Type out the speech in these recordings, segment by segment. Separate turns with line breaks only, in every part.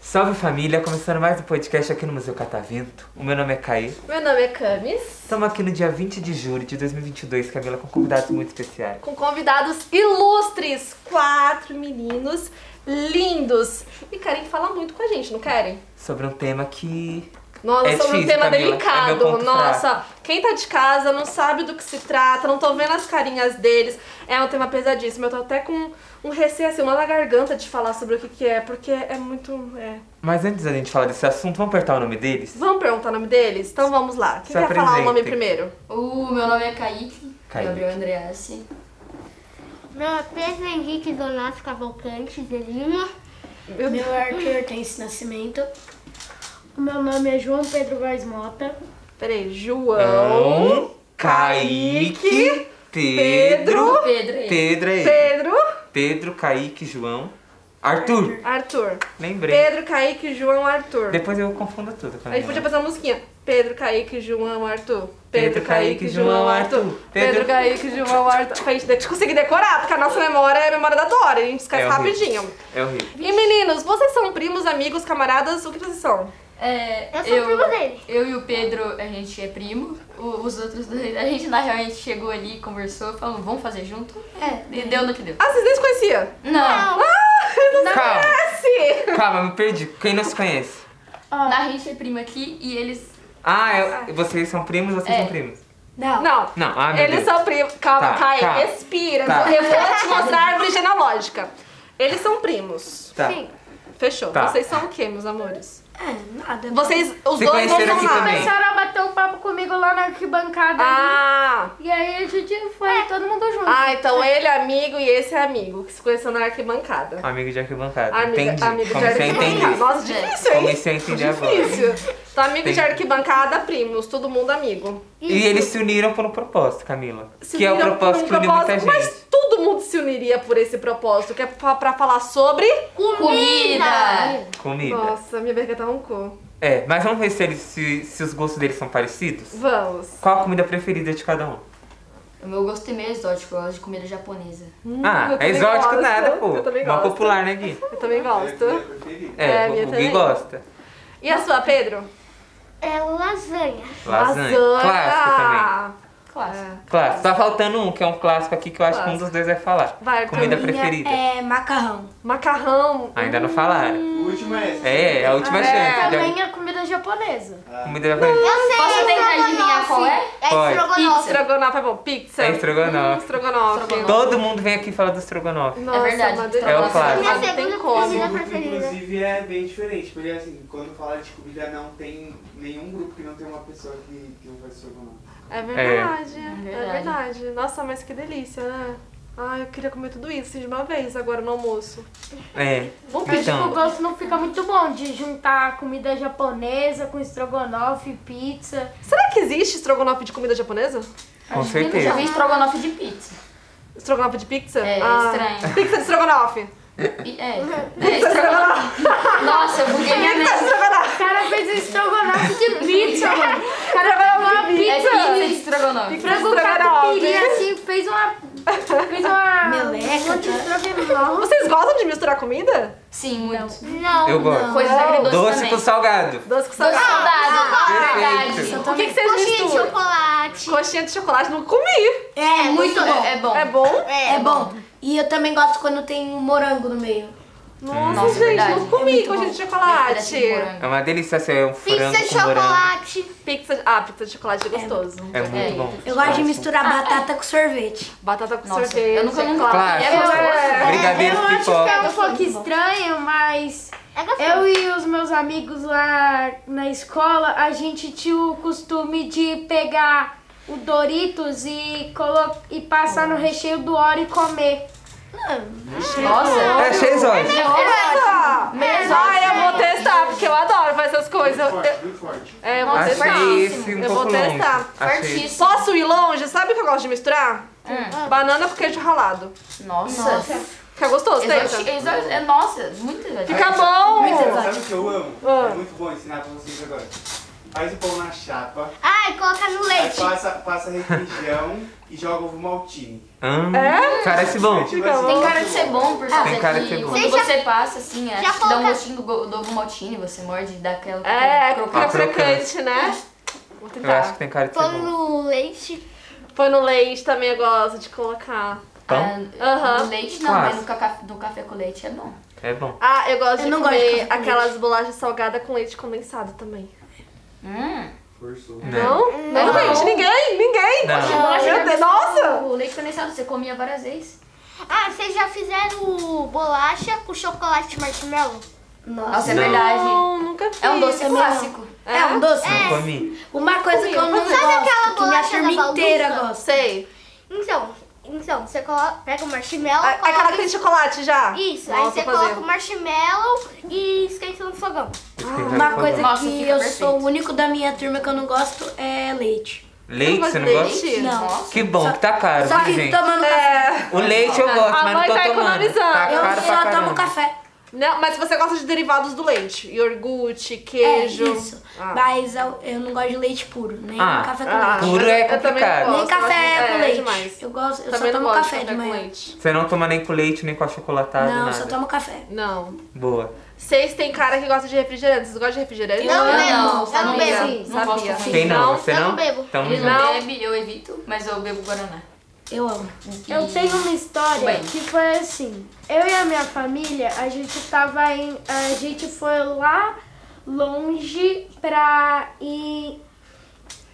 Salve família, começando mais um podcast aqui no Museu Catavento. O meu nome é Caí.
Meu nome é Camis,
Estamos aqui no dia 20 de julho de 2022, Camila, com convidados muito especiais.
com convidados ilustres, quatro meninos lindos. E querem falar muito com a gente, não querem?
Sobre um tema que.
Nossa,
É
sobre um
difícil,
tema
Camila, é meu
delicado.
ponto
Nossa, quem tá de casa não sabe do que se trata, não tô vendo as carinhas deles. É um tema pesadíssimo. Eu tô até com um receio, assim, uma na garganta de falar sobre o que, que é, porque é muito. é.
Mas antes da gente falar desse assunto, vamos apertar o nome deles?
Vamos perguntar o nome deles? Então vamos lá. Quem
Se
quer falar o nome
apresentem.
primeiro?
O meu nome é Kaique,
Kaique.
Gabriel Andreassi.
Meu é Pedro Henrique Donato Cavalcante de Lima.
Meu Deus.
Meu Arthur tem esse nascimento.
O meu nome é João Pedro Vaz Mota.
Peraí, João,
Kaique, Pedro,
Pedro,
Pedro é. aí.
Pedro aí.
Pedro,
Pedro, Kaique, João, Arthur.
Arthur.
Lembrei.
Pedro, Kaique, João, Arthur.
Depois eu confundo tudo.
A gente podia
Camila.
fazer uma musiquinha. Pedro, Kaique, João, Arthur.
Pedro, Kaique, João, Arthur. Pedro-
Pedro, Kaique, João, Arthur. Pra gente de- conseguir decorar, porque a nossa memória é a memória da Dora. A gente esquece
É horrível.
rapidinho.
É horrível.
E meninos, vocês são primos, amigos, camaradas? O que vocês são?
É,
Eu sou primo dele.
Eu e o Pedro, a gente é primo. O- os outros dois, a gente na real, a gente chegou ali, conversou, falou, vamos fazer junto. É. E deu no que deu.
Ah, vocês nem se conheciam?
Não,
Calma,
Sim!
calma, me perdi. Quem não se conhece?
a gente é primo aqui e eles...
Ah, eu- vocês são primos, vocês
É.
são primos.
Não.
Não, ah, meu
Eles
Deus.
são primos. Calma,
Tá,
Caio,
tá.
respira.
Tá.
Eu vou te mostrar a árvore genealógica. Eles são primos.
Tá.
Fechou.
Tá.
Vocês são o quê, meus amores?
É, nada.
Vocês, os
Se
dois não
conheceram
são
aqui
nada.
também.
Começaram a bater um papo comigo lá na arquibancada.
Ah!
ali. E aí a gente foi todo mundo junto.
Ah, então ele é amigo e esse é amigo, que se conheceu na arquibancada.
Amigo de arquibancada.
Amiga,
Ah, Entendi.
amigo de
Comecei a
arquibancada.
entender.
Nossa, difícil, hein?
Comecei a entender agora.
Difícil. Então, amigo de
Entendi.
arquibancada, primos, todo mundo amigo.
E eles se uniram por um propósito, Camila.
Se
que é o
uniram por
propósito
um
que une muita
propósito,
gente.
Mas todo mundo se uniria por esse propósito, que é pra, pra falar sobre...
Comida!
Comida.
Nossa, minha tá um garganta roncou.
É, mas vamos ver se, eles, se, se os gostos deles são parecidos.
Vamos.
Qual a comida preferida de cada um?
O meu gosto é meio exótico, eu gosto de comida japonesa.
ah,
Hum, eu
é
também
exótico
gosto.
nada, pô.
Eu também
Mó
gosto.
popular, né, Gui?
Eu também gosto.
É,
É, a minha
o Gui
também.
gosta.
E a sua, Pedro?
É lasanha.
Lasanha. Clássico também.
Clássico.
Clássico. Tá faltando um, que é um clássico aqui que eu acho que um
Clássico.
dos dois vai falar.
Vai,
comida
Camila,
preferida.
É macarrão.
Macarrão.
Ainda não falaram.
O último é esse.
É, é a última
Ah, é.
chance.
Também é comida japonesa.
Comida preferida.
Eu sei.
Posso tentar adivinhar qual é?
É
Pode.
estrogonofe.
Estrogonofe é bom. Pizza.
Ah, É estrogonofe.
Hum, estrogonofe.
Estrogonofe.
Todo mundo vem aqui falar do estrogonofe.
Nossa,
verdade,
uma
estrogonofe.
É o clássico.
Mas
Minha
não tem
segunda
como.
comida
Grupo,
preferida.
inclusive, é bem diferente, porque assim, quando fala de comida, não tem nenhum grupo que não tem uma pessoa que, que não vai se orgulhar.
É verdade, é.
É.
verdade. Nossa, mas que delícia, né? Ai, eu queria comer tudo isso de uma vez agora no almoço.
É.
Vamos
Mas
Então.
tipo, o gosto não fica muito bom de juntar comida japonesa com estrogonofe, pizza.
Será que existe estrogonofe de comida japonesa?
Com
Eu já
certeza.
vi estrogonofe de pizza.
Estrogonofe de pizza? Ah,
É, estranho.
Pizza de estrogonofe.
E- é. é estrogonofe. Nossa, eu buguei minha mente.
O cara fez um estrogonofe de pizza, mano. O cara pegou uma
É
pizza.
pizza de estrogonofe.
Frango catupiry, assim, fez uma... Fez uma...
Meleca,
Um monte de estrogonofe.
Vocês gostam de misturar comida?
Sim, muito.
Não.
Eu gosto.
Coisas
Não.
agridoces
Doce
também.
com salgado.
Doce com
Doce
salgado.
Ah,
saudável.
Perfeito.
Verdade.
o que, que vocês
Coxinha de
misturam?
chocolate.
Coxinha de chocolate, não comi.
É, muito bom.
É bom.
É bom?
É bom. E eu também gosto quando tem um morango no meio.
Nossa,
Nossa,
gente,
verdade.
não
É
comi
muito
coxinha
bom.
de
Pedaço de
chocolate.
morango.
É uma delícia ser um frango
Pizza de
com morango.
chocolate.
Pizza de... Ah, pizza de chocolate é gostoso.
É muito
É,
bom.
Eu gosto de misturar batata com sorvete.
Batata com
Nossa,
sorvete.
eu nunca-
é
nunca-
clássico.
é gostoso.
Brigadeiro
eu acho que é
pipoca.
um pouco estranho, mas
É
eu e os meus amigos lá na escola, a gente tinha o costume de pegar o Doritos e, colo... e passar no recheio do Oreo e comer.
Nossa.
É cheio exótico.
Ah, Ai, eu vou testar, porque eu adoro fazer essas coisas. Eu-
Forte, muito forte.
eu- é, eu vou testar.
Achei esse um
Eu vou
pouco longe.
testar.
Achei.
Fortíssimo.
Posso ir longe? Sabe o que eu gosto de misturar?
Hum.
Banana com queijo ralado.
Nossa.
Fica gostoso,
Exótico-
tenta.
exótico- é- Nossa, muito exótico.
Fica bom!
Sabe o que eu amo?
Ah.
É muito bom ensinar pra vocês agora. faz o pão na chapa,
Ai, coloca no
aí
leite.
passa, passa requeijão e joga ovo maltine.
Hum,
É?
Parece bom.
Tipo
Fica
assim,
bom.
Tem cara de ser bom, por
Tem
causa
cara
que
de ser bom.
quando
Você já-
você passa, assim, acho que dá um
coloca-
gostinho do, go- do ovo maltine, você morde e dá aquela...
É,
aquela
fica
crocância.
crocante, É. né? Vou
Eu acho
tentar.
que tem cara de ser
Põe
bom.
no leite.
Põe no leite também, eu gosto de colocar.
Pão?
Ah,
Aham.
no leite não,
Claro.
mas no café, no café com leite é bom.
É bom.
Ah, eu gosto
Eu
de
não gosto de
comer
café com
aquelas bolachas salgadas com leite condensado também.
Hum.
Forçou.
Né?
Não? Não, gente, ninguém, ninguém.
Não.
Meu Deus, nossa!
O leite condensado você comia várias vezes.
Ah, vocês já fizeram bolacha com chocolate marshmallow?
Nossa.
Nossa, é
Não.
verdade.
Não, nunca fiz.
É um doce clássico.
É, um doce.
Não comi.
Uma coisa que eu não
Sabe aquela
gosto, que minha
bolacha
turma
da
inteira
Baldufa?
gosta.
Sei.
Então, então você coloca, pega o
Então
marshmallow,
A-
coloca...
Aquela que tem chocolate já?
Isso,
Nossa,
aí você
vou fazer.
coloca o marshmallow e esquenta no fogão.
Esquenta no
Uma
fogão.
coisa
Nossa,
que
fica
eu
perfeito.
sou o único da minha turma que eu não gosto é leite.
Leite,
gosto
você não
de
gosta?
leite?
Não.
Nossa.
Que bom, que tá caro,
Só
viu,
que
gente?
tomando
É.
café.
O leite eu
A
gosto, mas não
mãe
tô
tá
tomando.
economizando.
Tá
Eu
caro pra
só tomo
caramba.
café.
Não, mas você gosta de derivados do leite. Iogurte,
É,
queijo.
isso.
Ah.
Mas eu, eu não gosto de leite puro, nem
Ah.
café com
Ah,
leite.
Puro é
eu também
complicado.
não
Nem
gosto,
café
eu acho-
com
é, é
leite.
demais.
eu gosto, eu
também
só
não
tomo
gosto de
café de
café com
manhã.
leite.
Você não toma nem com leite, nem com achocolatado,
Não,
Tá nada.
só tomo café.
Não.
Boa.
Vocês têm cara que gosta de refrigerante. Vocês gostam de refrigerante?
Não,
né?
Eu
não, eu não
sabia.
bebo.
Não gosto
Sabia.
muito.
Quem não? Você
eu não
não?
bebo.
Tamo
Ele
junto.
não bebe, eu evito, mas eu bebo Guaraná.
Eu amo.
Eu tenho uma história
Bem.
que foi assim. Eu e a minha família, a gente tava em. A gente foi lá longe pra ir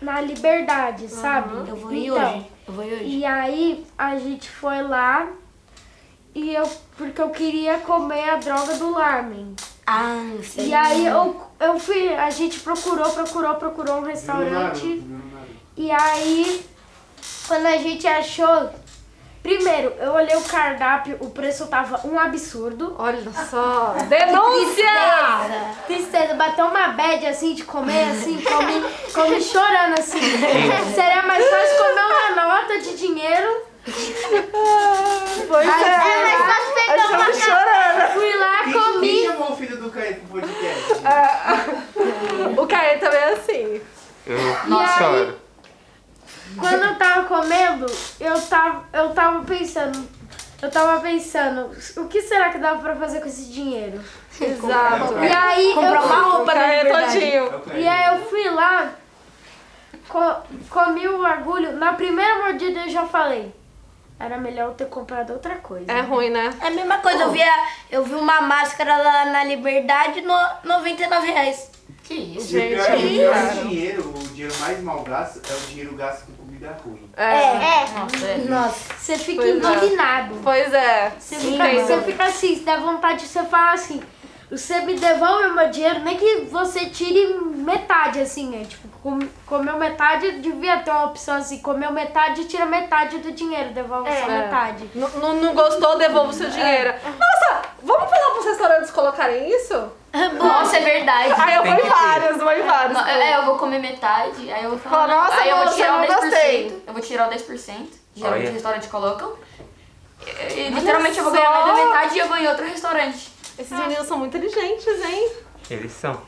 na liberdade, sabe?
Uhum. Eu vou ir
Então,
hoje. Eu vou ir hoje.
E aí a gente foi lá e eu. Porque eu queria comer a droga do lamen.
Ah, não sei.
E aí eu, eu fui, a gente procurou, procurou, procurou um restaurante. E aí, quando a gente achou. Primeiro, eu olhei o cardápio, o preço tava um absurdo.
Olha só. Denúncia!
Tristeza, bateu uma bad assim de comer, assim, comi, comi chorando assim. Seria mais fácil comer uma nota de dinheiro.
Pois
É, mas posso pegar uma
Estamos chorando.
Fui lá,
Quem,
comi.
quem chamou o filho do Caio pro podcast?
O Caê também é assim.
Eu
Nossa.
choro.
Quando eu tava comendo, eu tava, eu tava pensando. Eu tava pensando, o que será que dava pra fazer com esse dinheiro?
Exato.
E aí
Comprar
eu
uma
O
roupa, na
Caê é
verdade.
É o
todinho.
Caio.
E aí eu fui lá, co- comi o agulho. Na primeira mordida eu já falei. Era melhor eu ter comprado outra coisa.
É ruim, né?
É a mesma coisa, eu vi, a- eu vi uma máscara lá na Liberdade no R$ 99 reais.
Que é isso?
E o pior,
Gente,
o pior
cara.
é dinheiro, o dinheiro mais mal gasto é o dinheiro gasto com comida ruim.
É.
Nossa, é.
Nossa.
Você fica
Pois é.
indignado.
Pois é.
Você, fica, você fica assim, dá vontade de você falar assim. Você me devolve meu dinheiro, nem que você tire metade, assim, é tipo, com, comeu metade, devia ter uma opção assim, comeu metade, tira metade do dinheiro, devolve só
É.
metade.
N- n- Não gostou, devolva o seu
É.
dinheiro. Nossa, vamos falar pros restaurantes colocarem isso?
Nossa, é verdade.
Aí eu
Tem
vou
que
em
ter.
vários, vou em vários.
Não, eu- é, eu vou comer metade, aí eu vou falar.
Fala, nossa,
aí eu vou
moça,
tirar o
eu não
10%.
gostei.
Eu vou tirar o 10%. Geralmente
Olha.
é o restaurante colocam. E, e, literalmente eu vou ganhar mais da
só.
metade e eu vou em outro restaurante.
Esses meninos são muito inteligentes, hein?
Eles são.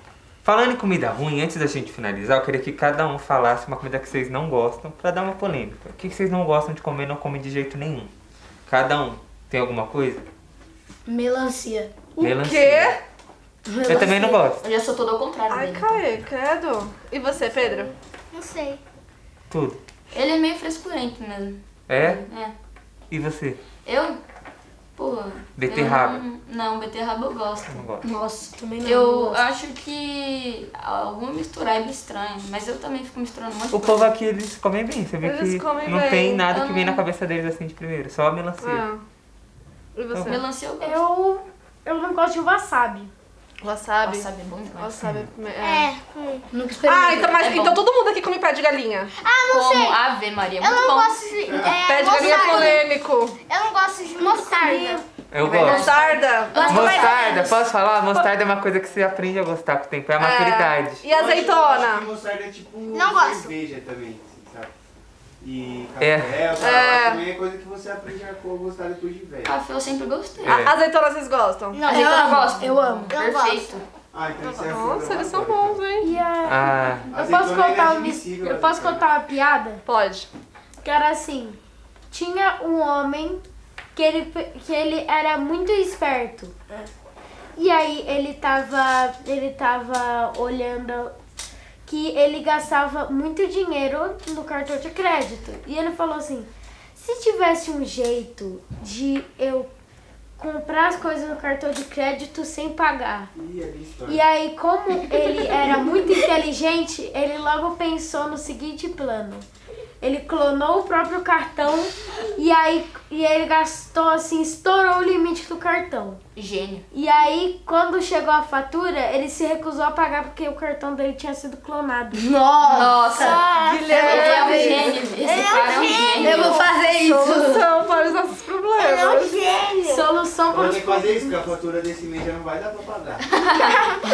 Falando em comida ruim, antes da gente finalizar, eu queria que cada um falasse uma comida que vocês não gostam, pra dar uma polêmica. O que que vocês não gostam de comer, não comem de jeito nenhum. Cada um. Tem alguma coisa?
Melancia.
O quê?
Eu também não gosto.
Eu já sou todo ao contrário
Ai,
dele.
Caê, credo. E você, Pedro?
Não sei.
Tudo.
Ele é meio frescurento mesmo.
É?
É.
E você?
Eu? Pô.
Beterraba.
eu
Hum.
não- Não, beterraba eu gosto.
Não gosto.
Nossa, também não
Eu
gosto.
acho que alguma mistura é meio estranha, mas eu também fico misturando um muito.
O povo é aqui, eles comem bem. Você vê
Eles
que
comem
não
bem.
tem nada
Eu
que vem na
não-
cabeça deles assim de primeiro. Só a melancia.
Ah. E
Então,
você?
Melancia eu gosto.
Eu, eu não gosto de wasabi.
Wasabi.
Wasabi é bom demais.
assim.
Wasabi. É.
É. hum.
Nunca experimentei.
Ah, então, mas,
É bom.
então todo mundo aqui come pé de galinha.
não
Como
sei.
Ave Maria,
Eu
muito
não
bom.
gosto de. É,
Pé de galinha é
mostarda.
polêmico.
Eu não gosto de mostarda.
Eu gosto.
Mostarda.
Mostarda, posso falar? Mostarda é uma coisa que você aprende a gostar com o tempo. É a maturidade.
E
Eu acho- eu acho que
azeitona.
mostarda é tipo
Não gosto.
cerveja também, assim, sabe? E
É.
café, eu
É.
acho também é coisa que você aprende a gostar depois de velho.
Café eu sempre gostei.
É.
A- Azeitona vocês gostam?
Não,
Azeitona
amo,
gosto.
eu amo.
Eu
Perfeito.
Ah, então isso é
Nossa,
fruta
eles são
madura,
bons, hein?
E a...
Ah,
então.
Eu posso
Azeitona é
contar uma,
inadmissível, né?
eu posso
azeitona.
contar uma piada?
Pode.
que era assim: tinha um homem que ele, que ele era muito esperto. E aí ele tava, ele tava olhando que ele gastava muito dinheiro no cartão de crédito. E ele falou assim: se tivesse um jeito de eu comprar as coisas no cartão de crédito sem pagar.
Ih, é minha história.
E aí, como ele era muito inteligente, ele logo pensou no seguinte plano. Ele clonou o próprio cartão e aí e ele gastou assim, estourou o limite do cartão.
Gênio.
E aí, quando chegou a fatura, ele se recusou a pagar porque o cartão dele tinha sido clonado.
Nossa! Ele é um gênio. Esse cara é um
Eu
gênio.
vou fazer isso.
Solução para os nossos problemas.
Solução para
Vou
os
ter que fazer isso, porque a fatura desse mês já não vai dar pra pagar.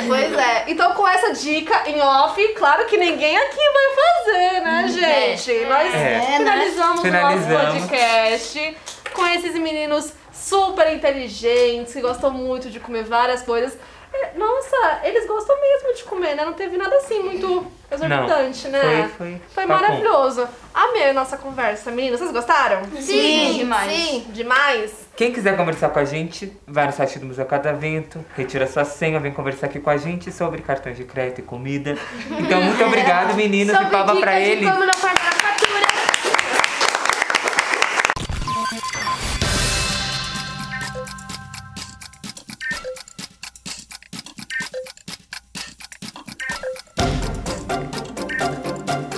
Pois é. Então, com essa dica em off, claro que ninguém aqui vai fazer,
É.
né, gente? Nós
É.
finalizamos, o nosso
Finalizamos.
podcast com esses meninos super inteligentes, que gostam muito de comer várias coisas. É, Nossa, eles gostam mesmo de comer, né? Não teve nada assim muito exorbitante, né?
foi, foi. tá
Foi
papo.
maravilhoso. Amei a nossa conversa, meninas. Vocês gostaram?
Sim, demais.
Sim, demais.
Quem quiser conversar com a gente, vai no site do Museu Catavento, retira sua senha, vem conversar aqui com a gente sobre cartões de crédito e comida. Então, muito obrigado, meninas, e
Sobre
palma pra
dicas de
eles.
como não pagar